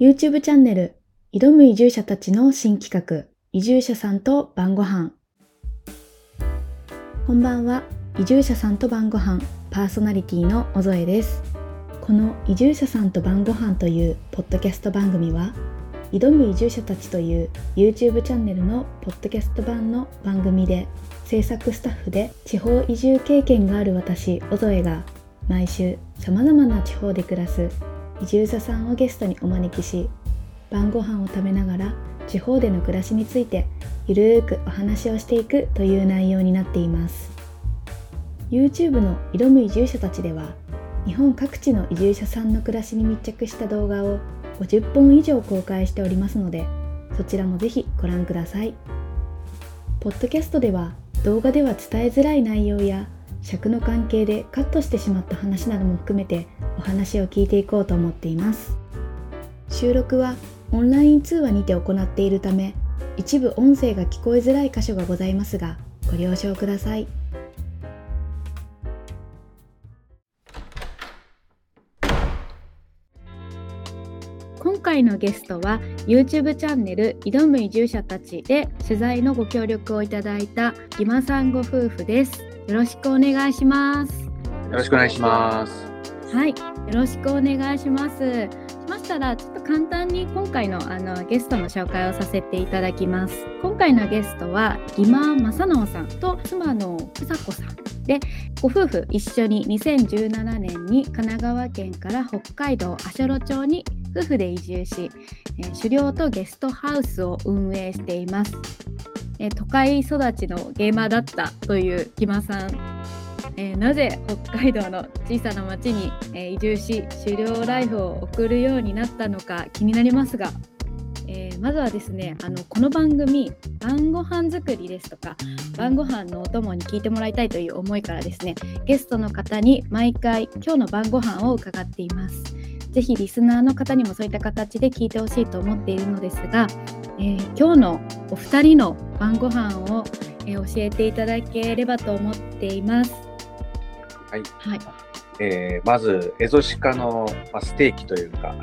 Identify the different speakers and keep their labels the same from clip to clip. Speaker 1: YouTube チャンネル、挑む移住者たちの新企画、移住者さんと晩ご飯。こんばんは、移住者さんと晩ご飯パーソナリティの小添です。この移住者さんと晩ご飯というポッドキャスト番組は、挑む移住者たちという YouTube チャンネルのポッドキャスト版の番組で、制作スタッフで地方移住経験がある私、小添が毎週さまざまな地方で暮らす移住者さんをゲストにお招きし晩ご飯を食べながら地方での暮らしについてゆるーくお話をしていくという内容になっています YouTube の「挑む移住者たち」では日本各地の移住者さんの暮らしに密着した動画を50本以上公開しておりますのでそちらもぜひご覧くださいポッドキャストでは動画では伝えづらい内容や尺の関係でカットしてしまった話なども含めてお話を聞いていこうと思っています収録はオンライン通話にて行っているため一部音声が聞こえづらい箇所がございますがご了承ください今回のゲストは YouTube チャンネル「挑む移住者たち」で取材のご協力をいただいたぎまさんご夫婦です。よろしくお願いします。
Speaker 2: よろしくお願いします。
Speaker 1: はい、よろしくお願いします。しましたら、ちょっと簡単に今回のあのゲストの紹介をさせていただきます。今回のゲストは、ギマ正直さんと妻の房子さんで、ご夫婦一緒に2017年に神奈川県から北海道足寄町に夫婦で移住し、えー狩猟とゲストハウスを運営しています。えー都会育ちのゲーマーだったというギマさんえーなぜ北海道の小さな町に、えー移住し狩猟ライフを送るようになったのか気になりますが、えーまずはですねあのこの番組晩ご飯作りですとか晩ご飯のお供に聞いてもらいたいという思いからですねゲストの方に毎回今日の晩ご飯を伺っています。ぜひリスナーの方にもそういった形で聞いてほしいと思っているのですが、えー今日のお二人の晩ご飯を、えー教えていただければと思っています。
Speaker 2: はい、
Speaker 1: はい、
Speaker 2: えーまずエゾシカの、まあ、ステーキというか、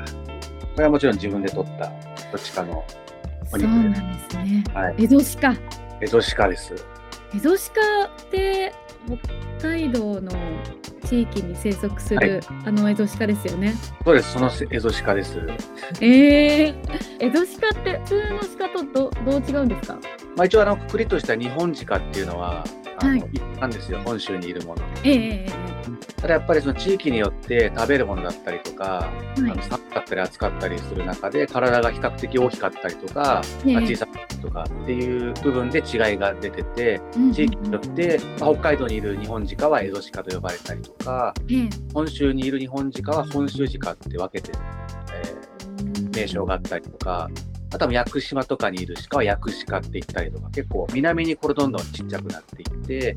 Speaker 2: これはもちろん自分で取ったエゾシカの、
Speaker 1: そ
Speaker 2: お
Speaker 1: う
Speaker 2: 肉
Speaker 1: な
Speaker 2: で
Speaker 1: ん
Speaker 2: ね
Speaker 1: ですね。
Speaker 2: はい、
Speaker 1: エゾシカ、
Speaker 2: エゾシカです。
Speaker 1: エゾシカって北海道の地域に生息する、あのエゾシカですよ ね。
Speaker 2: そうです、そのエゾシカです。
Speaker 1: ええー、エゾシカって普通のシカとどどう違うんですか？
Speaker 2: まあ、一応あの、くくりとした日本シカっていうのは、あの
Speaker 1: はい
Speaker 2: 一般ですよ、本州にいるもの。
Speaker 1: ええ
Speaker 2: ただやっぱりその地域によって食べるものだったりとか、
Speaker 1: ええ
Speaker 2: あの寒かったり暑かったりする中で、体が比較的大きかったりとか、
Speaker 1: ええ
Speaker 2: まあ小さかったりとかっていう部分で違いが出てて、
Speaker 1: うん
Speaker 2: 地域によって、まあ北海道にいる日本鹿はエゾシカと呼ばれたりとか
Speaker 1: ええ
Speaker 2: 本州にいる日本鹿は本州鹿って分けて、えー名称があったりとかあとは屋久島とかにいる鹿は屋久鹿って言ったりとか結構南にこれどんどんちっちゃくなっていって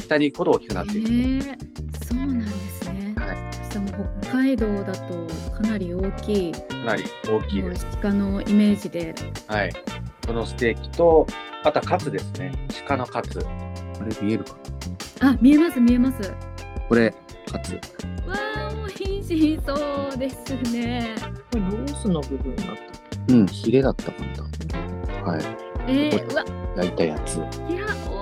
Speaker 2: 北に行くほど大きくなっていく、
Speaker 1: えーそうなんですね。
Speaker 2: はい
Speaker 1: その北海道だとかなり大きい
Speaker 2: かなり大きいです、
Speaker 1: 鹿のイメージで、
Speaker 2: はいこのステーキとあとはカツですね鹿のカツ
Speaker 3: あれ見えるか
Speaker 1: あ見えます見えます。
Speaker 3: これ、カツ。
Speaker 1: わあ美味しそうですね。
Speaker 4: これロースの部分だっ
Speaker 3: うん、ヒレだったかな。はい。
Speaker 1: えー、うわ
Speaker 3: 焼いたやつ。
Speaker 1: いや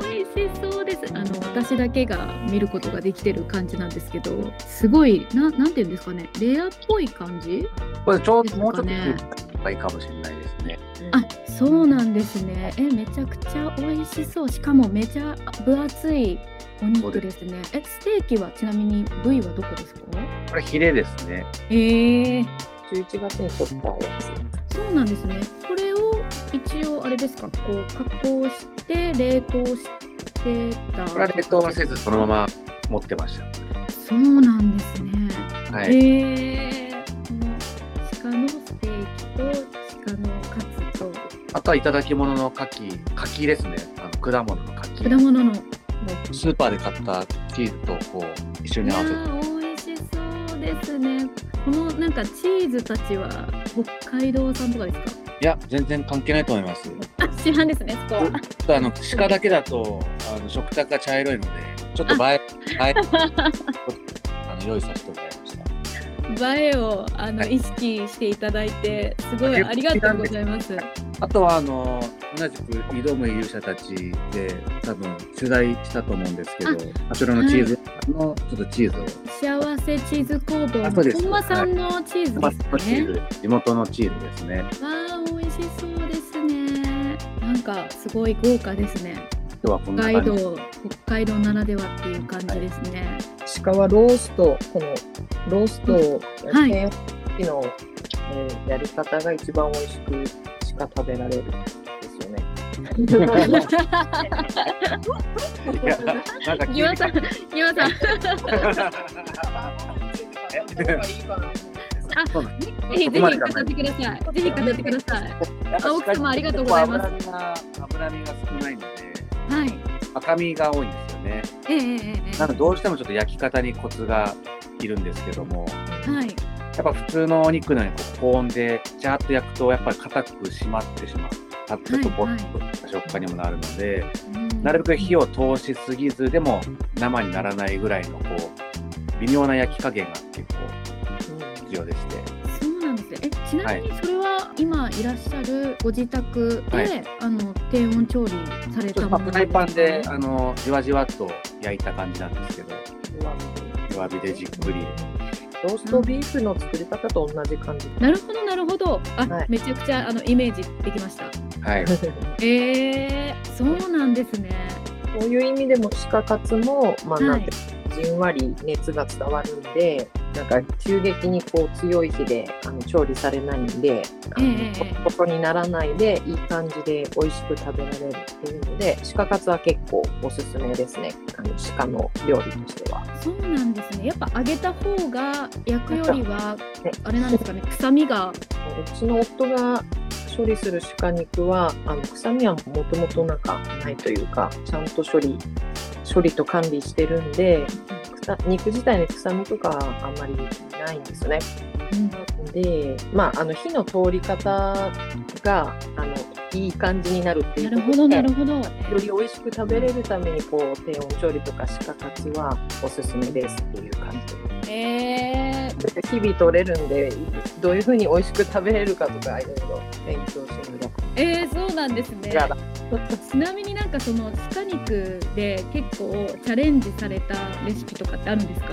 Speaker 1: 美味しそうですあの私だけが見ることができてる感じなんですけどすごいななんていうんですかねレアっぽい感じ
Speaker 2: これちょう
Speaker 1: です
Speaker 2: ど
Speaker 1: かね
Speaker 2: もうちょっといっぱいかもしれないですね
Speaker 4: た。
Speaker 1: あそうなんですねえめちゃくちゃ美味しそうしかもめちゃ分厚いお
Speaker 2: そう
Speaker 1: 肉
Speaker 2: で
Speaker 1: ですねえステーキはちなみに部位はどこですか
Speaker 2: これヒレですね
Speaker 1: ええ
Speaker 4: 11月に取ったやつ。
Speaker 1: そうなんですねこれを一応あれですかこう加工して冷凍してた
Speaker 2: これは冷凍はせずそのまま持ってまし
Speaker 1: そうなんですね
Speaker 2: たはい
Speaker 1: へえこの鹿のステーキと鹿のカツと
Speaker 2: あとはいただき物の牡蠣、牡蠣ですね。あの果物の牡
Speaker 1: 果
Speaker 2: 蠣。
Speaker 1: 物の。
Speaker 3: スーパーで買ったチーズとこう、一緒
Speaker 1: い
Speaker 3: に合
Speaker 1: や
Speaker 3: わせて。
Speaker 1: ー美味しそうですね。このなんかチーズたちは北海道産とかですか？
Speaker 3: いや、全然関係ないと思います。ち
Speaker 1: あ市販ですねそこは。
Speaker 3: ょっとあの、鹿だけだと、あの、食卓が 茶色いので、ちょっと映え、映え、あの、用意させてもらいました。
Speaker 1: 映えをあの
Speaker 2: はい
Speaker 1: 意識していただいてすごいありがとうございます。
Speaker 2: あとはあの同じく挑む勇者たちで多分取材したと思うんですけどあちらのチーズのちょっとチーズを、
Speaker 1: 幸せチーズ工房
Speaker 2: あそう
Speaker 1: の
Speaker 2: です
Speaker 1: 本間さんのチーズ
Speaker 2: まあ
Speaker 1: です
Speaker 2: チ
Speaker 1: ね
Speaker 2: ー。ズ地元のチーズですね
Speaker 1: わあ美味しそうですね。なんかすごい豪華ですね。
Speaker 2: 今日はこん
Speaker 1: 北
Speaker 2: な
Speaker 1: 海
Speaker 2: 感じ
Speaker 1: 道北海道ならではっていう感じですね。
Speaker 5: 鹿はロースト、このローストを
Speaker 1: はい
Speaker 5: 低温時の、えーやり方が一番美味しくしか食べられるんですよね。
Speaker 2: いやなんか急に
Speaker 1: 岩さん岩さんぜひぜ
Speaker 2: そうなんですここ
Speaker 1: ひ
Speaker 2: まで
Speaker 1: 語
Speaker 2: が
Speaker 1: ってください。ぜひ語ってください。青木様ありがとうございます
Speaker 2: 結構脂身が。脂身が少ないので
Speaker 1: はい。
Speaker 2: 赤身が多いんですよね。
Speaker 1: えええええ
Speaker 2: なのでどうしてもちょっと焼き方にコツがいるんですけども、
Speaker 1: え。はい。
Speaker 2: やっぱ普通のお肉のようにこう高温でジャーッと焼くとやっぱり硬く締まってしまう。あちょっとボロッとした食感にもなるので、
Speaker 1: うん
Speaker 2: なるべく火を通しすぎずでも生にならないぐらいのこう微妙な焼き加減が結構必要でして。
Speaker 1: そうなんですね。えちなみにそれは今いらっしゃるご自宅で、
Speaker 2: はい
Speaker 1: あの低温調理され
Speaker 2: ちょった
Speaker 1: も
Speaker 2: とまあ
Speaker 1: の
Speaker 2: フライパンで
Speaker 1: ですか
Speaker 2: あのじわじわっと焼いた感じなんですけど弱火でじっくり
Speaker 5: ローストビーフの作り方と同じ感じ。
Speaker 1: なるほどなるほど。あ、
Speaker 5: はい
Speaker 1: めちゃくちゃあのイメージできました。
Speaker 2: はい
Speaker 1: えー、そうなんですね。
Speaker 5: そういう意味でも鹿活も、ま
Speaker 1: は
Speaker 5: あ、ないんてじんわり熱が伝わるんで、なんか急激にこう強い火であの調理されないんで、あの
Speaker 1: ええええ
Speaker 5: ことにならないでいい感じで美味しく食べられるっていうので、鹿活は結構おすすめですね。あの鹿の料理としては。
Speaker 1: そうなんですね。やっぱ揚げた方が焼くよりはあれなんですかね。臭みが
Speaker 5: うちの夫が処理する鹿肉はあの臭みはもともとなんかないというかちゃんと処理処理と管理してるんで臭肉自体に臭みとかあんまりないんですよね。でまああの火の通り方があのいい感じになるってい
Speaker 1: な
Speaker 5: う
Speaker 1: る
Speaker 5: こ
Speaker 1: ほ
Speaker 5: と
Speaker 1: ど
Speaker 5: で
Speaker 1: な
Speaker 5: よ
Speaker 1: るほど。
Speaker 5: り美味しく食べれるためにこう低温調理とか鹿カツはおすすめですっていう感じ
Speaker 1: えー、
Speaker 5: 日々取れるんでどういうふうに美味しく食べれるかとかいろいろ勉強してみた
Speaker 1: えー、そうなんですね。
Speaker 5: じゃあだ
Speaker 1: ちなみになんかその鹿肉で結構チャレンジされたレシピとかってあるんですか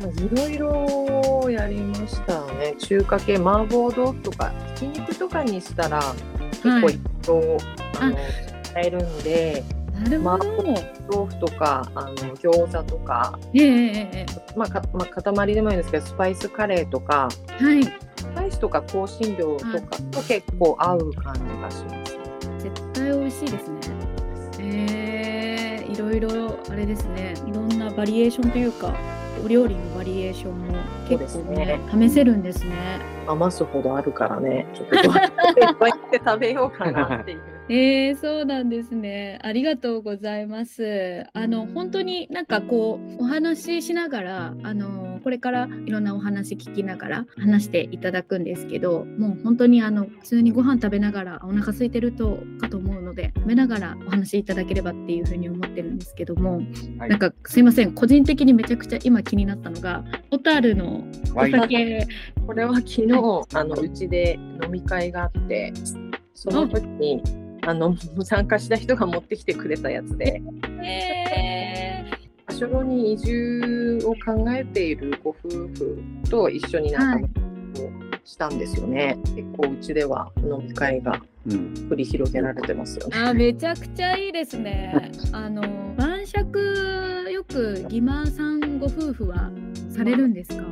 Speaker 5: まあいろいろやりましたね中華系麻婆豆腐とかひき肉とかにしたら結構いろいろあの使えるんで
Speaker 1: なるほど、
Speaker 5: 豆腐とかあの餃子とか,、
Speaker 1: えええええ
Speaker 5: まあ、かまあ塊でもいいんですけどスパイスカレーとか
Speaker 1: えはい
Speaker 5: スパイスとか香辛料とかと結構合う感じがします。
Speaker 1: 絶対美味しいですねええいろいろあれですねいろんなバリエーションというかお料理のバリエーションも結構ね試せるんですね
Speaker 5: 余すほどあるからねちょっとどうやって いっぱいやって食べようかなっていう。
Speaker 1: えー、そうなんですね。ありがとうございます。あの本当になんかこうお話ししながらあのこれからいろんなお話聞きながら話していただくんですけどもう本当にあの普通にご飯食べながらお腹空いてるとかと思うので食べながらお話しいただければっていうふうに思ってるんですけども、
Speaker 2: はい
Speaker 1: なんかすいません個人的にめちゃくちゃ今気になったのが小樽のお
Speaker 2: ワイン
Speaker 1: 酒
Speaker 5: これは昨日あのうちで飲み会があってその時にあの参加した人が持ってきてくれたやつで
Speaker 1: え
Speaker 5: 足ロに移住を考えているご夫婦と一緒になんかをしたんですよね、結構うちでは飲み会が
Speaker 2: うん
Speaker 5: 繰り広げられてますよね。
Speaker 1: あめちゃくちゃいいですね。あの晩酌よく義マさんご夫婦はされるん ですか？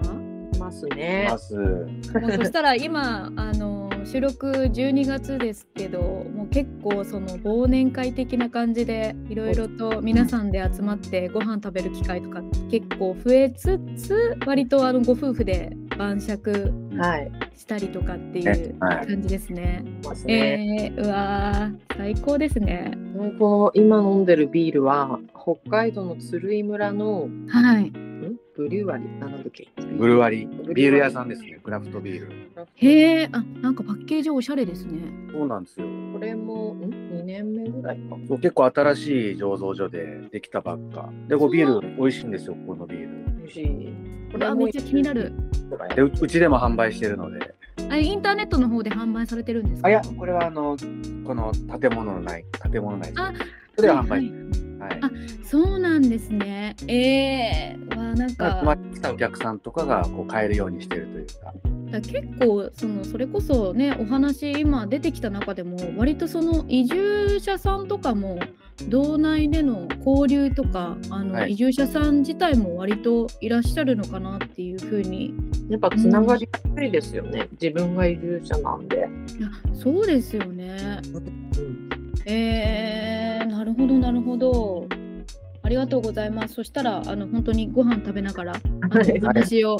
Speaker 5: いますね
Speaker 2: ま。ず
Speaker 1: もうそしたら今あの収録12月ですけど、もう結構その忘年会的な感じでいろいろと皆さんで集まってご飯食べる機会とか結構増えつつ、割とあのご夫婦で晩酌
Speaker 5: はい、
Speaker 1: したりとかっていう
Speaker 2: はい
Speaker 1: 感じですね。
Speaker 5: いますね。
Speaker 1: えー、うわー最高ですね。
Speaker 5: この今飲んでるビールは北海道の鶴居村のん
Speaker 1: はい。
Speaker 5: ブリュワリーなんだっけ？
Speaker 2: ブルワリービール屋さんですねクラフトビール
Speaker 1: へえ、あ、なんかパッケージおしゃれですね。
Speaker 2: そうなんですよ
Speaker 5: これもん2年目ぐらいか。
Speaker 2: そう結構新しい醸造所でできたばっかでこうビール美味しいんですよここのビール
Speaker 5: 美味しい。こ
Speaker 1: あめっちゃ気になる。
Speaker 2: でううちでも販売してるので
Speaker 1: あれインターネットの方で販売されてるんですか
Speaker 2: あいやこれはあのこの建物のない建物内
Speaker 1: あ
Speaker 2: それは販売、
Speaker 1: は
Speaker 2: はいい
Speaker 1: あそうなんですね。ええわあなん
Speaker 2: まあ
Speaker 1: か
Speaker 2: 泊まってきたお客さんとかがこう買えるようにしてるというか
Speaker 1: だから結構そのそれこそねお話今出てきた中でも割とその移住者さんとかも道内での交流とかあの、
Speaker 2: はい
Speaker 1: 移住者さん自体も割といらっしゃるのかなっていうふうに
Speaker 5: やっぱつながりやすいですよね。自分が移住者なんで。
Speaker 1: いやそうですよね。えー、なるほどなるほど。ありがとうございます。そしたらあの本当にご飯食べながらあの
Speaker 5: はい
Speaker 1: お話を、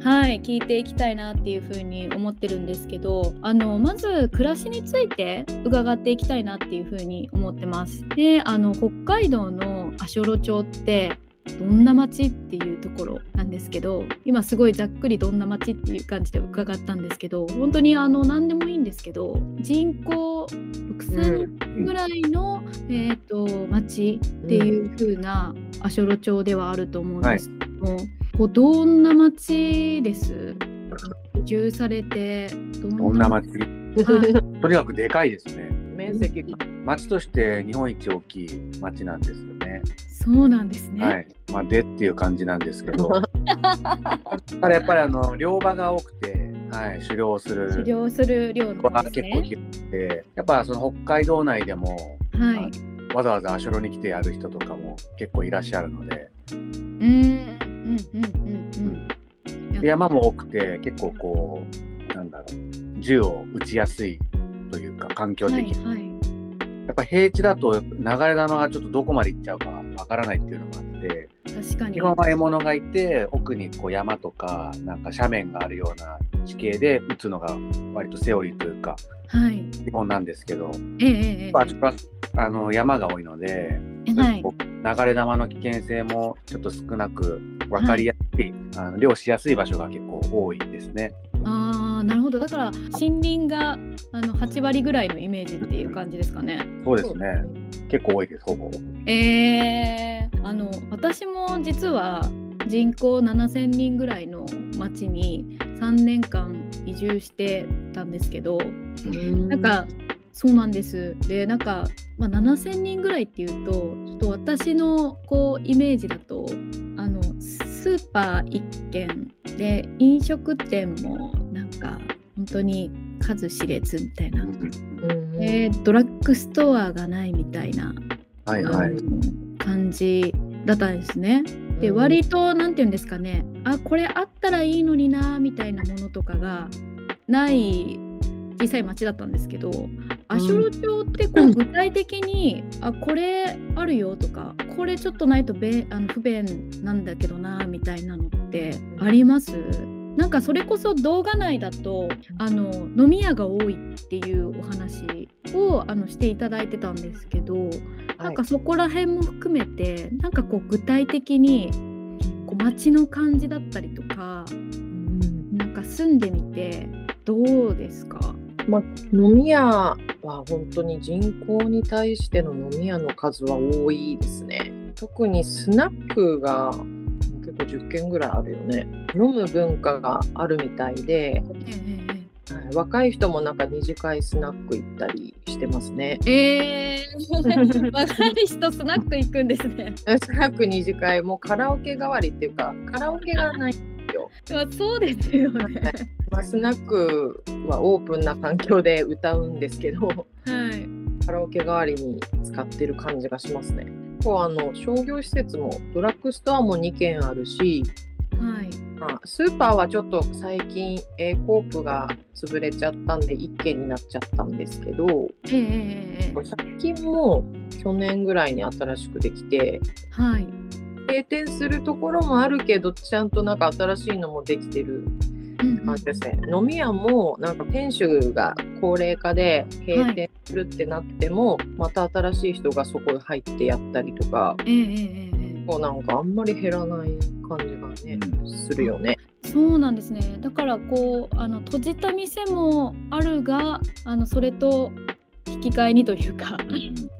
Speaker 1: はい、聞いていきたいなっていうふうに思ってるんですけどあのまず暮らしについて伺っていきたいなっていうふうに思ってます。であの北海道の足寄町ってどんな町っていうところなんですけど今すごいざっくりどんな町っていう感じで伺ったんですけど本当にあの何でもいいんですけど人口6000人ぐらいの、えー、と町っていう風な足寄町ではあると思うんですけども、こうどんな町です移住されてど
Speaker 2: どんな町
Speaker 1: はい
Speaker 2: とにかくでかいですね
Speaker 5: 面積が
Speaker 2: 町として日本一大きい町なんですよね
Speaker 1: そうなんですね。
Speaker 2: はいまあでっていう感じなんですけどただやっぱりあの漁場が多くて、はい、狩猟す
Speaker 1: 治
Speaker 2: る
Speaker 1: 療する量の
Speaker 2: 場
Speaker 1: 方
Speaker 2: が
Speaker 1: です
Speaker 2: 結構
Speaker 1: ね。
Speaker 2: 広くて、やっぱその北海道内でも
Speaker 1: はい。
Speaker 2: わざわざ足寄に来てやる人とかも結構いらっしゃるので
Speaker 1: うんうんうんうんうん。
Speaker 2: で山も多くて結構こうなんだろう銃を撃ちやすいというか環境的、
Speaker 1: はいはい。
Speaker 2: やっぱ平地だと流れ弾がちょっとどこまで行っちゃうかわからないっていうのもあって
Speaker 1: 確かに。
Speaker 2: 基本は獲物がいて奥にこう山とかなんか斜面があるような地形で撃つのが割とセオリーというか
Speaker 1: はい。
Speaker 2: 基本なんですけど、
Speaker 1: ええええええ
Speaker 2: まあ、ちょっとあの山が多いので、
Speaker 1: えはい。
Speaker 2: こう流れ弾の危険性もちょっと少なく分かりやすい、あの漁しやすい場所が結構多いですね。
Speaker 1: ああ、なるほど。だから森林があの8割ぐらいのイメージっていう感じですかね。
Speaker 2: そうですね結構多いですほぼ。
Speaker 1: えー、あの私も実は人口7,000人ぐらいの町に3年間移住してたんですけどなんかそうなんですでなんか、まあ、7,000人ぐらいっていうとちょっと私のこうイメージだとあのスーパー1軒で飲食店もなんか本当に数知れずみたいな。
Speaker 5: うん
Speaker 1: でドラッグストアがないみたいな
Speaker 2: はいはい、
Speaker 1: 感じだったんですね。で割と何て言うんですかねあこれあったらいいのになみたいなものとかがない小さい町だったんですけど足寄町ってこう具体的にあこれあるよとかこれちょっとないとべあの不便なんだけどなみたいなのってありますなんかそれこそ動画内だとあの飲み屋が多いっていうお話をあのしていただいてたんですけどなんかそこら辺も含めてなんかこう具体的にこう街の感じだったりとか
Speaker 5: うん
Speaker 1: なんか住んでみてどうですか
Speaker 5: 飲み屋は本当に人口に対しての飲み屋の数は多いですね。特にスナックが結構10軒ぐらいあるよね。飲む文化があるみたいで、はい若い人もなんか二次会スナック行ったりしてますね。
Speaker 1: ええ ー若い人スナック行くんですね。
Speaker 5: スナック二次会もカラオケ代わりっていうかカラオケがない
Speaker 1: まあそうですよね。
Speaker 5: まあ、スナックはオープンな環境で歌うんですけど
Speaker 1: はい。
Speaker 5: カラオケ代わりに使ってる感じがしますね。結構あの商業施設もドラッグストアも2軒あるし、
Speaker 1: はい。
Speaker 5: まあ、スーパーはちょっと最近 A コープが潰れちゃったんで1軒になっちゃったんですけど
Speaker 1: ええええええ
Speaker 5: 100均も去年ぐらいに新しくできて
Speaker 1: はい。
Speaker 5: 閉店するところもあるけどちゃんとなんか新しいのもできてる
Speaker 1: うんうん
Speaker 5: 感じですね。飲み屋もなんか店主が高齢化で閉店するってなっても、また新しい人がそこに入ってやったりとか
Speaker 1: ええええええ
Speaker 5: こうなんかあんまり減らない感じがね、するよね。
Speaker 1: そうなんですね。だからこうあの閉じた店もあるが、あのそれと引き換えにというか、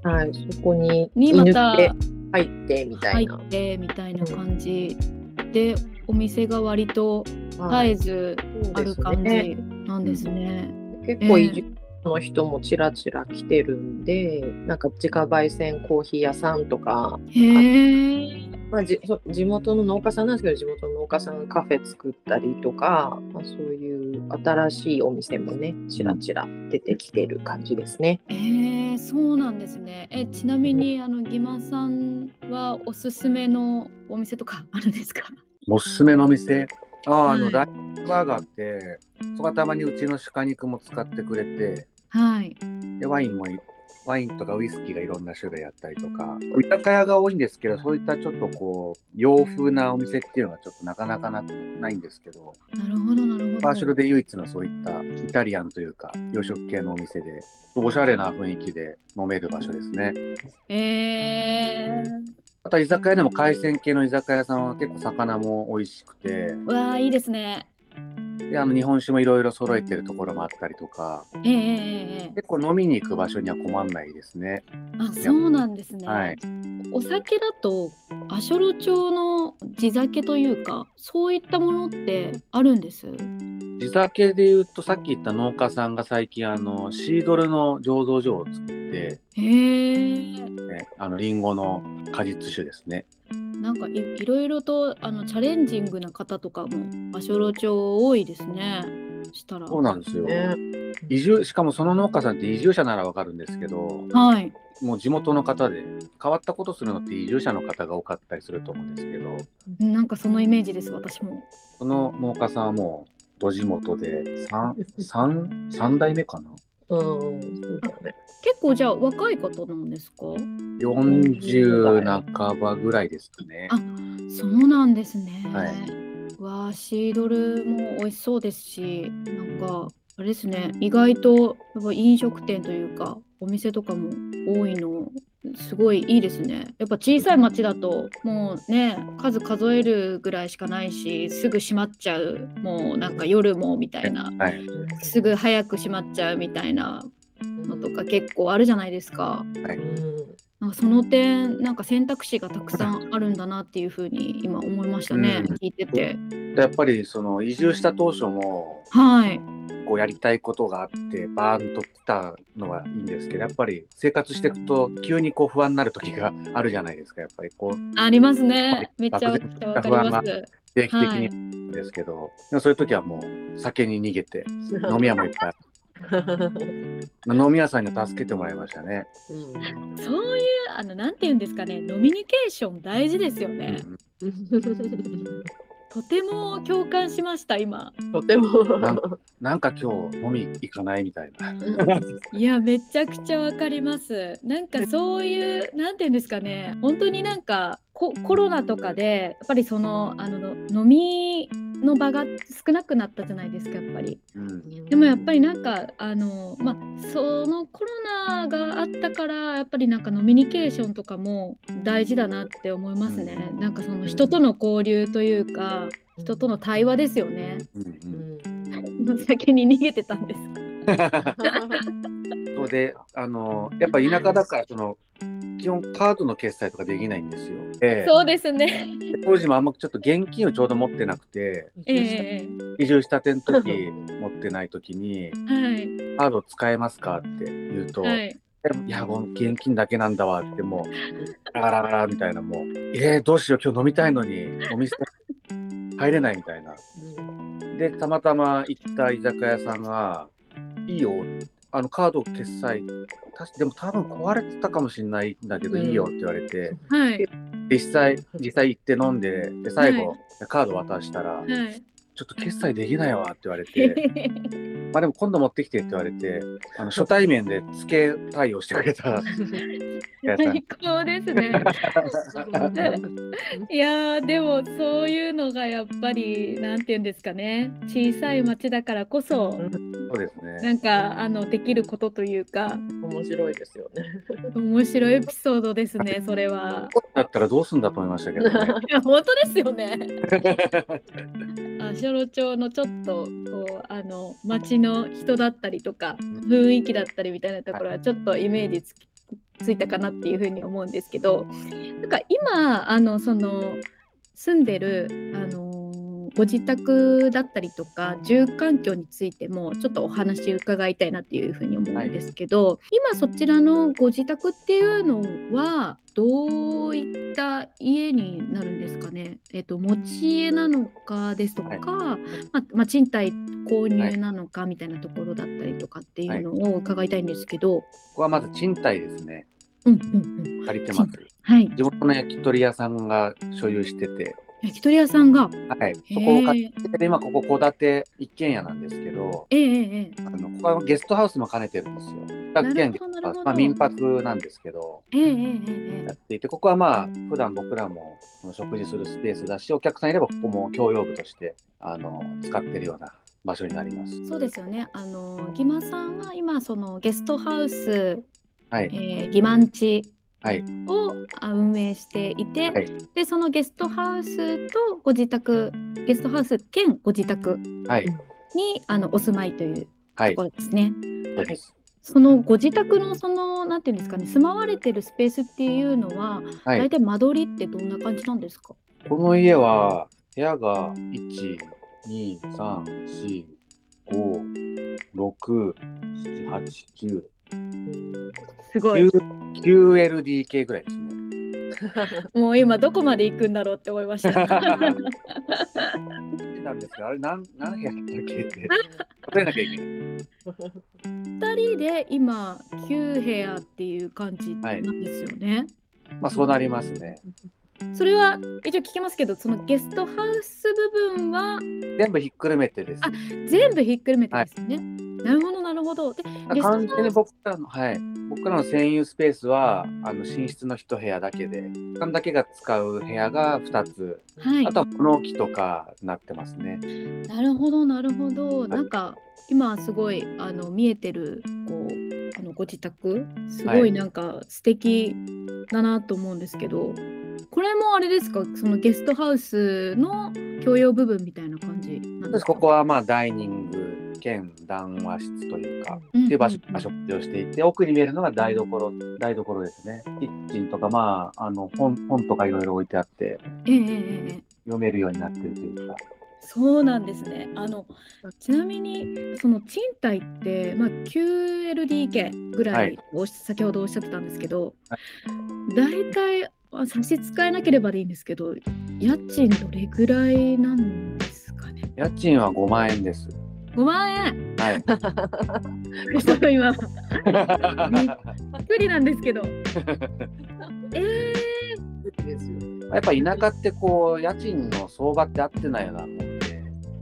Speaker 5: はい、そこに
Speaker 1: に
Speaker 5: 居
Speaker 1: ま
Speaker 5: 抜
Speaker 1: た
Speaker 5: きで入ってみた
Speaker 1: 入
Speaker 5: いな。
Speaker 1: ってみたいな感じってお店が割と絶えず
Speaker 5: そう
Speaker 1: あ
Speaker 5: で
Speaker 1: る
Speaker 5: す
Speaker 1: 感
Speaker 5: ね
Speaker 1: じなんですね。
Speaker 5: 結構移住の人もちらちら来てるんで、なんか自家焙煎コーヒー屋さんとか、
Speaker 1: へえ。
Speaker 5: まあ、じそ地元の農家さんなんですけど地元の農家さんがカフェ作ったりとか、まあ、そういう新しいお店もねちらちら出てきてる感じですね。
Speaker 1: えー、そうなんですね。えちなみにあのギマさんはおすすめのお店とかあるんですか？
Speaker 2: おすすめのお店あああの、
Speaker 1: はい
Speaker 2: ライブバーガーってそこはたまにうちの鹿肉も使ってくれて
Speaker 1: はい。
Speaker 2: でワインもいワインとかウイスキーがいろんな種類あったりとか居酒屋が多いんですけどそういったちょっとこう洋風なお店っていうのがちょっとなかなかなないんですけど
Speaker 1: なるほどなるほど。
Speaker 2: バーシュルで唯一のそういったイタリアンというか洋食系のお店でおしゃれな雰囲気で飲める場所ですね。
Speaker 1: えー、
Speaker 2: あとは居酒屋でも海鮮系の居酒屋さんは結構魚も美味しくて
Speaker 1: わあいいですね。
Speaker 2: であの日本酒もいろいろ揃えてるところもあったりとか
Speaker 1: えー、えーえーえ
Speaker 2: 結構飲みに行く場所には困んないですね。
Speaker 1: ー。あそうなんですね。
Speaker 2: はい、
Speaker 1: お酒だとアショロ町の地酒というかそういったものってあるんです。
Speaker 2: 地酒で言うとさっき言った農家さんが最近あのシードルの醸造所を作って、
Speaker 1: へー
Speaker 2: ね、あのリンゴの果実酒ですね。
Speaker 1: なんかいいろいろとあのチャレンジングな方とかもアショロ町多いですね。したら。
Speaker 2: そうなんですよ。
Speaker 5: ね
Speaker 2: 移住しかもその農家さんって移住者ならわかるんですけど
Speaker 1: はい。
Speaker 2: もう地元の方で変わったことするのって移住者の方が多かったりすると思うんですけど
Speaker 1: なんかそのイメージです私も。
Speaker 2: その農家さんはもう土地元で 3, 三三代目かな
Speaker 5: うん、そうだよね。
Speaker 1: 結構じゃあ若い方なんですか。
Speaker 2: 40半ばぐらいですかね
Speaker 1: あそうなんですね。
Speaker 2: はい
Speaker 1: わあシードルも美味しそうですし、なんかあれですね。意外とやっぱ飲食店というかお店とかも多いのすごいいいですね。やっぱ小さい町だともうね数数えるぐらいしかないし、すぐ閉まっちゃう。もうなんか夜もみたいな。
Speaker 2: はい
Speaker 1: すぐ早く閉まっちゃうみたいなのとか結構あるじゃないですか。
Speaker 5: うん
Speaker 1: なんかその点なんか選択肢がたくさんあるんだなっていうふうに今思いましたね、
Speaker 2: うん
Speaker 1: 聞いてて。
Speaker 2: でやっぱりその移住した当初も
Speaker 1: はい、
Speaker 2: こうやりたいことがあってバーンと来たのはいいんですけどやっぱり生活していくと急にこう不安になる時があるじゃないですかやっぱりこう
Speaker 1: あります
Speaker 2: は
Speaker 1: ね
Speaker 2: い。
Speaker 1: めっちゃわかります。
Speaker 2: 定期的にですけど、でもそういう時はもう酒に逃げて飲み屋もいっぱい飲み屋さんに助けてもらいましたね。
Speaker 1: そういうあのなんて言うんですかね、ノミニケーション大事ですよね。
Speaker 5: うん
Speaker 1: とても共感しました今。
Speaker 5: とても
Speaker 2: なんなんか今日飲み行かないみたいな。
Speaker 1: いやめちゃくちゃわかります。なんかそういうなんていうんですかね本当になんかココロナとかでやっぱりそのあのの飲みの場が少なくなったじゃないですかやっぱり。
Speaker 2: うん、
Speaker 1: でもやっぱりなんかあのまあそのコロナがあったからやっぱりなんかノミニケーションとかも大事だなって思いますね。なんかその人との交流というか人との対話ですよね。
Speaker 2: うん、う。
Speaker 5: うんん
Speaker 1: 先に逃げてたんです。
Speaker 2: そうで、あの、やっぱ田舎だから、その、基本カードの決済とかできないんですよ。え
Speaker 1: そうです ね。
Speaker 2: え当時もあんまちょっと現金をちょうど持ってなくて、
Speaker 1: ええ
Speaker 2: 移住したての時、持ってない時
Speaker 1: は
Speaker 2: に、
Speaker 1: い
Speaker 2: カード使えますかって言うと、
Speaker 1: はい。
Speaker 2: いや、もう現金だけなんだわって、もう、ガラガラガラみたいな、もう、えー、どうしよう、今日飲みたいのに、お店入れないみたいな。で、たまたま行った居酒屋さんが、いいよ、あの、カード決済、たしでも多分壊れてたかもしれないんだけど、
Speaker 5: うん
Speaker 2: いいよって言われて、
Speaker 1: はい。
Speaker 2: 実際、実際行って飲んで、で、最後、
Speaker 1: は
Speaker 2: カード渡したら、
Speaker 1: はい。
Speaker 2: ちょっと決済できないわって言われ て、まあでも今度持ってきてって言われて、あの初対面で付け対応してくれた。屋さん
Speaker 1: 最高です ね。いやーでもそういうのがやっぱりなんて言うんですかね小さい町だからこそ
Speaker 2: そうですね。
Speaker 1: なんかあのできることというか
Speaker 5: 面白いですよね。
Speaker 1: 面白いエピソードですねそれは。
Speaker 2: だったらどうすんだと思いましたけどね。
Speaker 1: いや本当ですよね。あショロ町のちょっとこうあの町の人だったりとか雰囲気だったりみたいなところはちょっとイメージつきついたかなっていうふうに思うんですけどなんか今あのその住んでる、あのーご自宅だったりとか住環境についてもちょっとお話伺いたいなっていうふうに思うんですけど、今そちらのご自宅っていうのはどういった家になるんですかね、えっと持ち家なのかですとか、まあまあ、賃貸購入なのかみたいなところだったりとかっていうのを伺いたいんですけど、
Speaker 2: ここはまず賃貸ですね。
Speaker 1: うんうんうん、
Speaker 2: 借りてます。
Speaker 1: はい
Speaker 2: 地元の焼き鳥屋さんが所有してて、
Speaker 1: 焼き鳥屋さんが
Speaker 2: はい、
Speaker 1: へ
Speaker 2: そこを買
Speaker 1: ー
Speaker 2: って、今ここ戸建て一軒家なんですけど、
Speaker 1: えええええ
Speaker 2: あのここはゲストハウスも兼ねてるんですよ。100軒ゲス
Speaker 1: なる
Speaker 2: トハ
Speaker 1: ほ
Speaker 2: ウ
Speaker 1: ど
Speaker 2: ス、まあ、民泊なんですけど、
Speaker 1: えええええ
Speaker 2: やっていて、ここはまあ、普段僕らもその食事するスペースだし、お客さんいればここも共用部としてあの使ってるような場所になります。
Speaker 1: えそうですよね。あのギマさんは今そのゲストハウス、
Speaker 2: はい
Speaker 1: えー、ギマンチ
Speaker 2: はい
Speaker 1: をあ運営していて、
Speaker 2: はい
Speaker 1: でそのゲストハウスとご自宅ゲストハウス兼ご自宅
Speaker 2: はい、
Speaker 1: にあのお住まいという
Speaker 2: は
Speaker 1: と
Speaker 2: い
Speaker 1: こ、ろですね。
Speaker 2: そうです。
Speaker 1: そのご自宅のそのなんていうんですかね住まわれてるスペースっていうのは、
Speaker 2: はい
Speaker 1: 大体間取りってどんな感じなんですか。
Speaker 2: この家は部屋が1、2、3、4、5、6、7、8、9、
Speaker 1: すご
Speaker 2: 9LDK ぐらいですね。
Speaker 1: もう今どこまで行くんだろうって思い ました。
Speaker 2: なんですけど、あれ何何部屋だったっけって答えなきゃいけない。
Speaker 1: 二人で今9部屋っていう感じなんですよね。
Speaker 2: まあそうなりますね。
Speaker 1: それは一応聞きますけど、そのゲストハウス部分は
Speaker 2: 全部ひっくるめてです。
Speaker 1: あ全部ひっくるめてですね。なるほどなるほど。で、ゲストハウ
Speaker 2: 完
Speaker 1: ス
Speaker 2: 全に僕らの、はい、僕らの占有スペースはあの寝室の一部屋だけで、僕だけが使う部屋が2つ、
Speaker 1: は
Speaker 2: あとは物置とかになってますね。
Speaker 1: い。なるほどなるほど。なんか今すごいあの見えてるこうあのご自宅すご
Speaker 2: はいい
Speaker 1: なんか素敵だなと思うんですけど。これもあれですか、そのゲストハウスの共用部分みたいな感じなんですか。
Speaker 2: ここはまあダイニング兼談話室というか、
Speaker 1: うんうんうん
Speaker 2: っていう場所場所を利用していて、奥に見えるのが台所、台所ですね。キッチンとか、まあ、あの本本とかいろいろ置いてあって、
Speaker 1: ええええええ
Speaker 2: 読めるようになってるというか。
Speaker 1: そうなんですね。あのちなみにその賃貸ってまあ 9LDK ぐら
Speaker 2: はいい
Speaker 1: おっし先ほどおっしゃってたんですけど、大体あ差し支えなければでいいんですけど、家賃どれぐらいなんですかね。
Speaker 2: 家賃は5万円です。
Speaker 1: 5万円。
Speaker 2: はい。
Speaker 1: ちょっと今びっくりなんです けど。ええ
Speaker 3: ですよね。
Speaker 2: やっぱ田舎ってこう家賃の相場って合ってないようなもんで、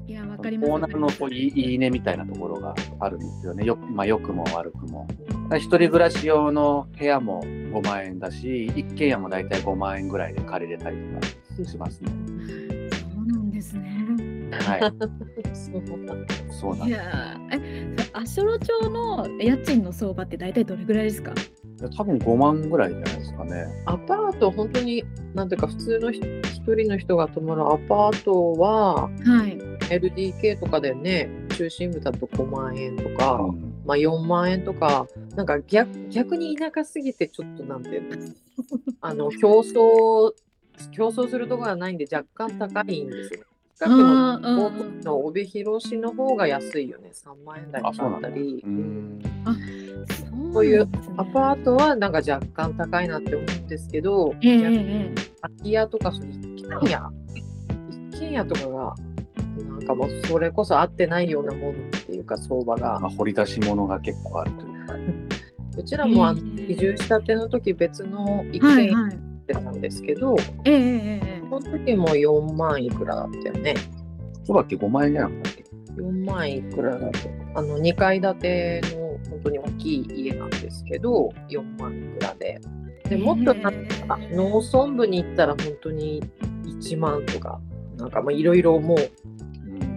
Speaker 1: ー、いやわ
Speaker 2: オ
Speaker 1: かります。
Speaker 2: ーナーのこういいいいねみたいなところがあるんですよね、よまあ、良くも悪くも。だから一人暮らし用の部屋も5万円だし、一軒家も大体5万円ぐらいで借りれたりとかしますね。
Speaker 1: そうなんですね。
Speaker 2: はい、
Speaker 5: そう
Speaker 2: そうなん
Speaker 1: い
Speaker 2: で
Speaker 1: やーえ、足ロ町の家賃の相場って大体どれぐらいですか。
Speaker 2: す。多分5万ぐらいじゃないですかね。
Speaker 5: アパート本当になんていうか普通の人一人の人が泊まるアパートは
Speaker 1: はい。
Speaker 5: LDK とかだよね中心部だと5万円とか、
Speaker 2: うん
Speaker 5: まあ、4万円とかなんか逆逆に田舎すぎてちょっとなんていうのあの競争競争するところがないんで若干高いんですよ。近くの
Speaker 1: あーうんうん
Speaker 5: 東京の帯広市の方が安いよね3万円台だ
Speaker 2: あ、
Speaker 5: っ
Speaker 2: そうなん
Speaker 5: た
Speaker 2: だ。
Speaker 5: り、
Speaker 2: うん
Speaker 1: そ
Speaker 5: そうう
Speaker 1: い
Speaker 5: いうう
Speaker 1: ア
Speaker 5: ア
Speaker 1: パ
Speaker 5: パ
Speaker 1: ート、
Speaker 5: ートはなんか若干高いなって思うんですけど、
Speaker 1: ええ
Speaker 5: 逆に
Speaker 1: え
Speaker 5: 空き家とかその一軒家一軒家とかがなんかもうそれこそ合ってないようなもんっていうか相場が
Speaker 2: まあ、掘り出し物が結構あるというか。
Speaker 5: うちらもあの
Speaker 1: ええ
Speaker 5: 移住したての時別の一
Speaker 1: えはい
Speaker 5: 軒家
Speaker 1: はい。
Speaker 5: ってたんですけど、
Speaker 1: ええええ
Speaker 5: その時も4万いくらだったよね。
Speaker 2: そうだっけ、5万円じゃなかったっけ。
Speaker 5: 4万いくらだった。あの、2階建ての本当に大きい家なんですけど、4万いくらで。で、もっとなんか、
Speaker 1: へえ
Speaker 5: 農村部に行ったら本当に1万とか、なんかまあいろいろもう、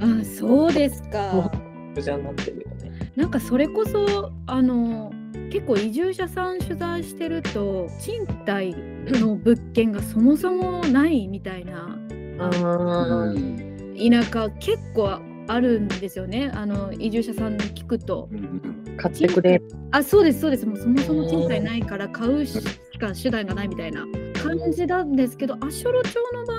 Speaker 2: うん
Speaker 1: あ、そうですか。
Speaker 5: 無邪になってるよね。
Speaker 1: なんかそれこそあの結構移住者さん取材してると賃貸の物件がそもそもないみたいな
Speaker 5: あ
Speaker 2: う
Speaker 5: ー
Speaker 2: ん
Speaker 1: 田舎結構あるんですよね。あの移住者さんに聞くと。
Speaker 2: うん
Speaker 5: 買ってくれ。
Speaker 1: あそうですそうですもうそもそも賃貸ないから買うしか手段がないみたいな感じなんですけど足ロ町の場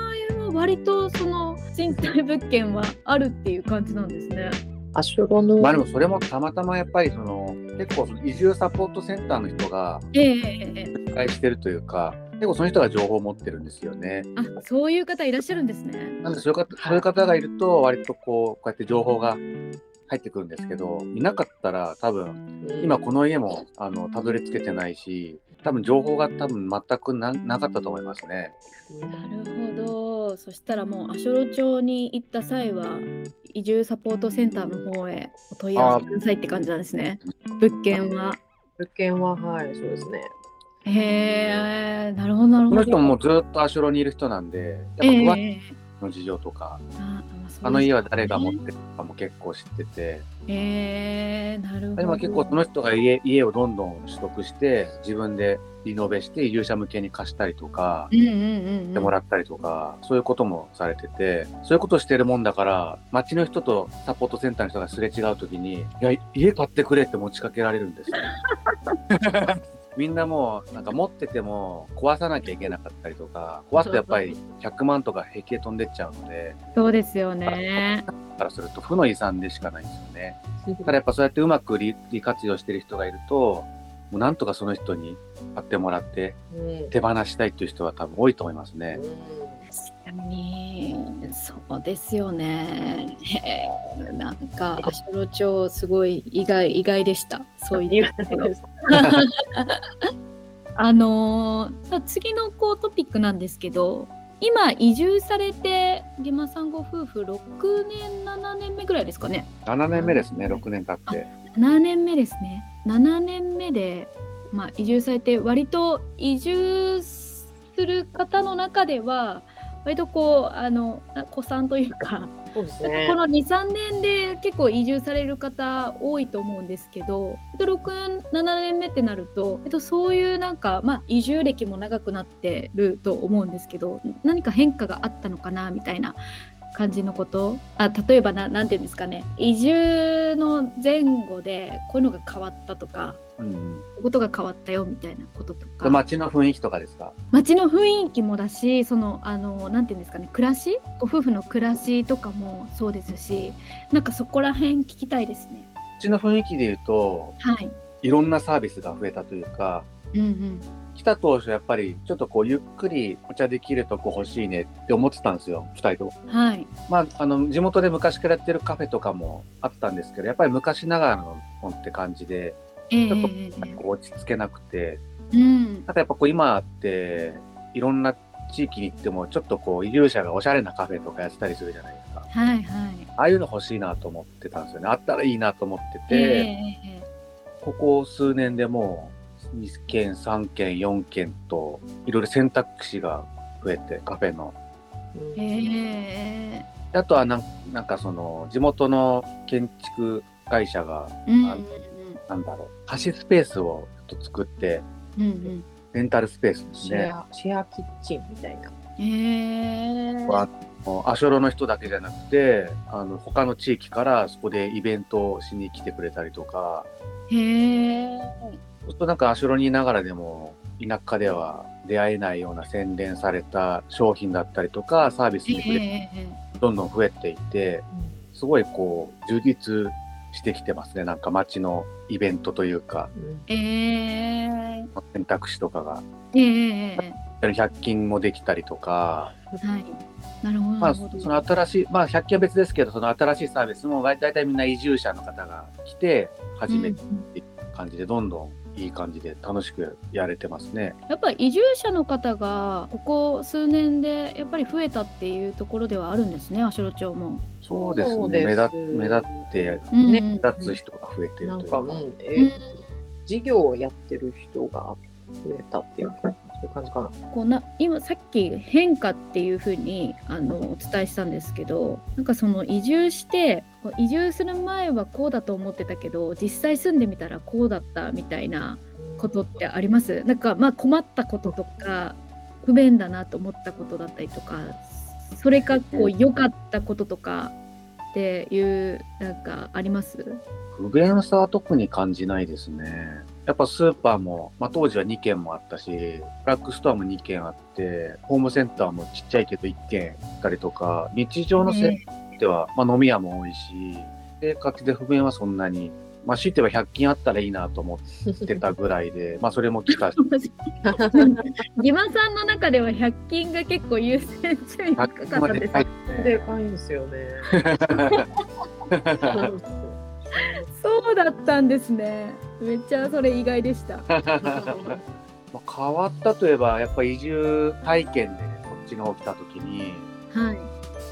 Speaker 1: 合は割とその賃貸物件はあるっていう感じなんですね。
Speaker 5: アシュロの、
Speaker 2: まあでもそれもたまたまやっぱりその結構その移住サポートセンターの人が
Speaker 1: ええええええ
Speaker 2: 紹介してるというか結構その人が情報を持ってるんですよね。
Speaker 1: あそういう方いらっしゃるんですね。
Speaker 2: なんでそういう方そういう方がいると割とこうこうやって情報が入ってくるんですけどいなかったら多分今この家もあのたどり着けてないし多分情報が多分全くななかったと思いますね。
Speaker 1: なるほど。そしたらもう足寄町に行った際は移住サポートセンターの方へお問い合わせくださいって感じなんですね。物件は。
Speaker 5: 物件ははいそうですね
Speaker 1: へえ、なるほどなる
Speaker 2: こ
Speaker 1: ほ
Speaker 2: の
Speaker 1: ど。
Speaker 2: 人ももうずっと足ロにいる人なんで
Speaker 1: え
Speaker 2: や
Speaker 1: え
Speaker 2: っぱ
Speaker 1: え
Speaker 2: 詳し
Speaker 1: え
Speaker 2: いの事情とか、
Speaker 1: あまあそうです
Speaker 2: あの家は誰が持ってるかも結構知ってて。
Speaker 1: えー、なるほど。
Speaker 2: 今結構その人が家家をどんどん取得して自分でリノベして移住者向けに貸したりとか
Speaker 1: うんうんうん、う
Speaker 2: し
Speaker 1: ん、
Speaker 2: てもらったりとか、そういうこともされててそういうことをしてるもんだから町の人とサポートセンターの人がすれ違う時に「いや家買ってくれ」って持ちかけられるんですよ。 みんなもうなんか持ってても壊さなきゃいけなかったりとか壊すとやっぱり100万とか平気で飛んでっちゃうので
Speaker 1: そうですよね。
Speaker 2: からすると負の遺産でしかないんですよね。ただやっぱそうやってうまく利利活用してる人がいると、もうなんとかその人に買ってもらって
Speaker 5: うん
Speaker 2: 手放したいっていう人は多分多いと思いますね。
Speaker 1: 確かにそうですよね。へえなんか足寄町すごい意外意外でした。そういうところ
Speaker 5: うん
Speaker 1: あのーさあ次のこうトピックなんですけど今移住されてリマさんご夫婦6年7年目ぐらいですかね
Speaker 2: 7年目ですね、6年経って。
Speaker 1: 7年目ですね7年目で、まあ、移住されて割と移住する方の中では割とこうあのあ子さんというか、
Speaker 5: そうですね
Speaker 1: この23年で結構移住される方多いと思うんですけど67年目ってなると、えっと、そういうなんか、まあ、移住歴も長くなってると思うんですけど何か変化があったのかなみたいな感じのことあ例えばななんていうんですかね移住の前後でこういうのが変わったとか
Speaker 2: うん
Speaker 1: こういうことが変わったよみたいなことと
Speaker 2: う
Speaker 1: か、
Speaker 2: ん、街の雰囲気とかですか
Speaker 1: 街の雰囲気もだしそのあのなんていうんですかね暮らしご夫婦の暮らしとかもそうですしなんかそこら辺聞きたいですね
Speaker 2: 街の雰囲気で言うと、
Speaker 1: はい、
Speaker 2: いろんなサービスが増えたというか、
Speaker 1: うんうん、
Speaker 2: 来た当初やっぱりちょっとこうゆっくりお茶できるとこ欲しいねって思ってたんですよ、2人とも。
Speaker 1: はい
Speaker 2: まあ、あの地元で昔からやってるカフェとかもあったんですけど、やっぱり昔ながらのもんって感じで、
Speaker 1: ええ
Speaker 2: ちょっと
Speaker 1: ええ
Speaker 2: こう落ち着けなくて、
Speaker 1: うん
Speaker 2: なんかやっぱこう今っていろんな地域に行ってもちょっとこう移住者がおしゃれなカフェとかやってたりするじゃないですか。
Speaker 1: はいはい
Speaker 2: ああいうの欲しいなと思ってたんですよね。あったらいいなと思って
Speaker 1: ええ
Speaker 2: て、
Speaker 1: ええ
Speaker 2: ここ数年でもう2件、3件、4件といろいろ選択肢が増えてカフェの。
Speaker 5: うん
Speaker 1: ええ
Speaker 2: あとはなんなんかその地元の建築会社が
Speaker 1: うんうん
Speaker 2: なんだろう、貸しスペースをちょっと作って
Speaker 1: うんうん
Speaker 2: レンタルスペースです
Speaker 5: シ
Speaker 2: ね
Speaker 5: ェ。アシェアキッチンみたいな
Speaker 1: ええ
Speaker 2: わもうアショロの人だけじゃなくてあの他の地域からそこでイベントをしに来てくれたりとか
Speaker 1: へえ
Speaker 2: そうするとなんかアショロにいながらでも田舎では出会えないような洗練された商品だったりとかサービス
Speaker 1: ええ
Speaker 2: に触れ
Speaker 1: ええ
Speaker 2: どんどん増えていてすごいこう充実してきてますねなんか街のイベントというか
Speaker 5: うん
Speaker 1: ええ
Speaker 2: 選択肢とかが
Speaker 1: えええ
Speaker 2: 100均もできたりとか、
Speaker 1: えはいなるほど
Speaker 2: ま
Speaker 1: な
Speaker 2: あ、
Speaker 1: るほ
Speaker 2: そ
Speaker 1: ど、
Speaker 2: の新しい、まあ、100均は別ですけどその新しいサービスも大体みんな移住者の方が来て始めて。
Speaker 1: うんうん
Speaker 2: 感じでどんどんいい感じで楽しくやれてますね。
Speaker 1: やっぱり移住者の方がここ数年でやっぱり増えたっていうところではあるんですね、足町も。
Speaker 2: そうです
Speaker 5: そう
Speaker 2: ね。
Speaker 5: です
Speaker 2: 目立目立って
Speaker 1: うん
Speaker 5: ね
Speaker 1: うん
Speaker 2: 目立つ人が増えてる
Speaker 5: な
Speaker 2: と
Speaker 5: ん
Speaker 2: いう
Speaker 5: か
Speaker 2: か。
Speaker 5: うんえ
Speaker 1: うん
Speaker 5: ー事業をやってる人が増えたっていうかそういう感じかな
Speaker 1: こうな今さっき変化っていうふうにあのお伝えしたんですけどなんかその移住してこう移住する前はこうだと思ってたけど実際住んでみたらこうだったみたいなことってありますなんかまあ困ったこととか不便だなと思ったことだったりとかそれかこう良かったこととかっていうなんかあります
Speaker 2: 不便さは特に感じないですね。やっぱスーパーも、まあ、当時は2軒もあったし、ブラックストアも2軒あって、ホームセンターもちっちゃいけど1軒あったりとか、日常のせ
Speaker 6: ね
Speaker 2: では、まあ、飲み屋も多いし、生活で不便はそんなに、まあ、強いては100均あったらいいなと思ってたぐらい で、まあ、それも来 たし、
Speaker 6: ギマさんの中では100均が結構優先順位高かったです
Speaker 2: はい
Speaker 5: でかいんですよね。
Speaker 6: そうだったんですねめっちゃそれ意外でした
Speaker 2: まあ変わったといえば、やっぱ移住体験でこっちの方来た時に、
Speaker 6: はい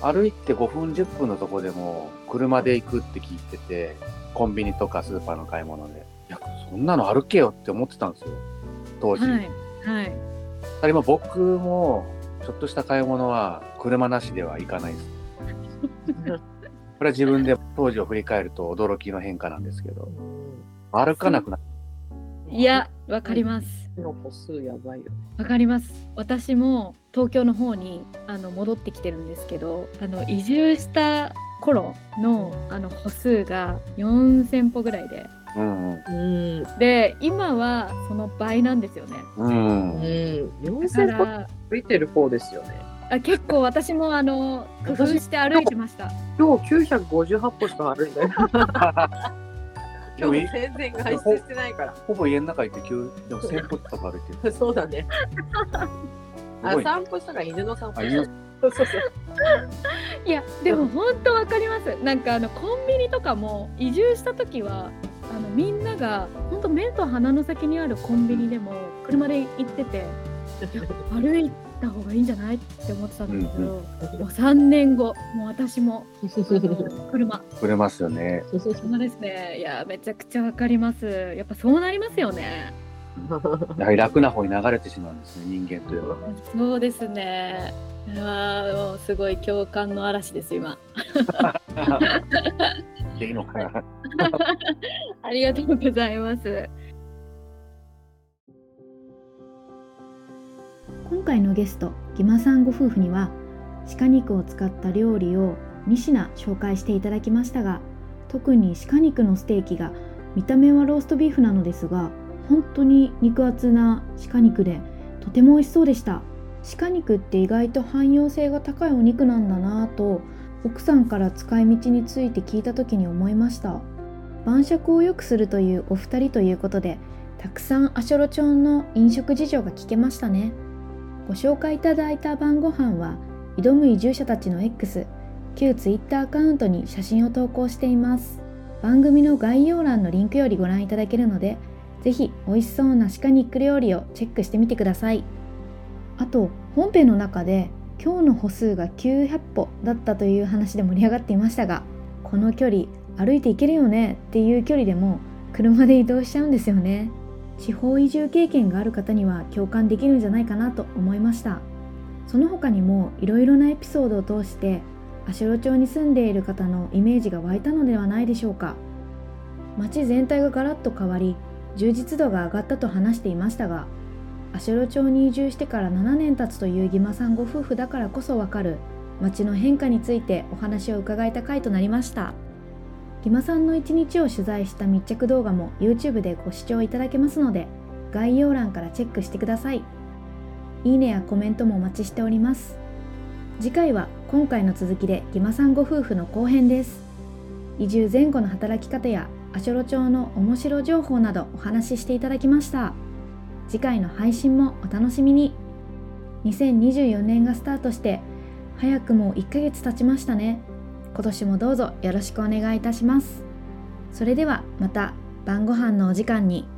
Speaker 2: 歩いて5分10分のとこでも車で行くって聞いててコンビニとかスーパーの買い物でいやそんなの歩けよって思ってたんですよ当時、
Speaker 6: はいはい
Speaker 2: ただ今僕もちょっとした買い物は車なしでは行かないですこれは自分で当時を振り返ると驚きの変化なんですけど歩かなくなっ
Speaker 6: いやわかります
Speaker 5: 火の個数やばいよ。
Speaker 6: わかります私も東京の方にあの戻ってきてるんですけどあの移住した頃のあの歩数が4,000歩ぐらいで
Speaker 2: うんうん
Speaker 5: うん、
Speaker 6: で今はその倍なんですよね
Speaker 2: うん
Speaker 5: 四
Speaker 6: だか
Speaker 5: 千歩
Speaker 6: ら
Speaker 5: 歩いてる方ですよね。
Speaker 6: あ結構私もあの工夫して歩いてました
Speaker 5: 今日九百五十八歩しか歩いてない。
Speaker 2: でもい
Speaker 5: 全然
Speaker 2: 外出して
Speaker 5: ないか
Speaker 2: ほぼ家の中行って急でも1000歩とか歩いてる
Speaker 5: ら。そうだね。
Speaker 2: すごい
Speaker 5: 散歩したから犬の散
Speaker 2: あ犬
Speaker 5: そうそう そう。
Speaker 6: いやでも本当わかりますなんかあのコンビニとかも移住した時はあのみんなが本当目と鼻の先にあるコンビニでも車で行ってていや歩いた方がいいんじゃないって思ってたんだけど、
Speaker 2: う
Speaker 6: もう3年後もう私もあの車
Speaker 2: 売れますよね
Speaker 6: 車ですねいやめちゃくちゃわかりますやっぱそうなりますよね
Speaker 2: やはり楽な方に流れてしまうんですね人間という のは
Speaker 6: そうですねうわーもうすごい共感の嵐です今
Speaker 2: でいいのかな。
Speaker 6: ありがとうございます
Speaker 1: 今回のゲストギマさんご夫婦には鹿肉を使った料理を2品紹介していただきましたが特に鹿肉のステーキが見た目はローストビーフなのですが本当に肉厚な鹿肉でとても美味しそうでした鹿肉って意外と汎用性が高いお肉なんだなぁと奥さんから使い道について聞いた時に思いました晩酌を良くするというお二人ということでたくさんアショロ町の飲食事情が聞けましたねご紹介いただいた晩ご飯は挑む移住者たちの X 旧 Twitter アカウントに写真を投稿しています番組の概要欄のリンクよりご覧いただけるのでぜひ美味しそうな鹿肉料理をチェックしてみてくださいあと本編の中で今日の歩数が900歩だったという話で盛り上がっていましたがこの距離歩いていけるよねっていう距離でも車で移動しちゃうんですよね地方移住経験がある方には共感できるんじゃないかなと思いましたその他にもいろいろなエピソードを通して足寄町に住んでいる方のイメージが湧いたのではないでしょうか町全体がガラッと変わり充実度が上がったと話していましたが足寄町に移住してから7年経つという義馬さんご夫婦だからこそわかる町の変化についてお話を伺えた回となりましたギマさんの一日を取材した密着動画も YouTube でご視聴いただけますので概要欄からチェックしてくださいいいねやコメントもお待ちしております次回は今回の続きでギマさんご夫婦の後編です移住前後の働き方や阿ショロ町の面白情報などお話ししていただきました次回の配信もお楽しみに2024年がスタートして早くも1ヶ月経ちましたね今年もどうぞよろしくお願いいたしますそれではまた晩ご飯のお時間に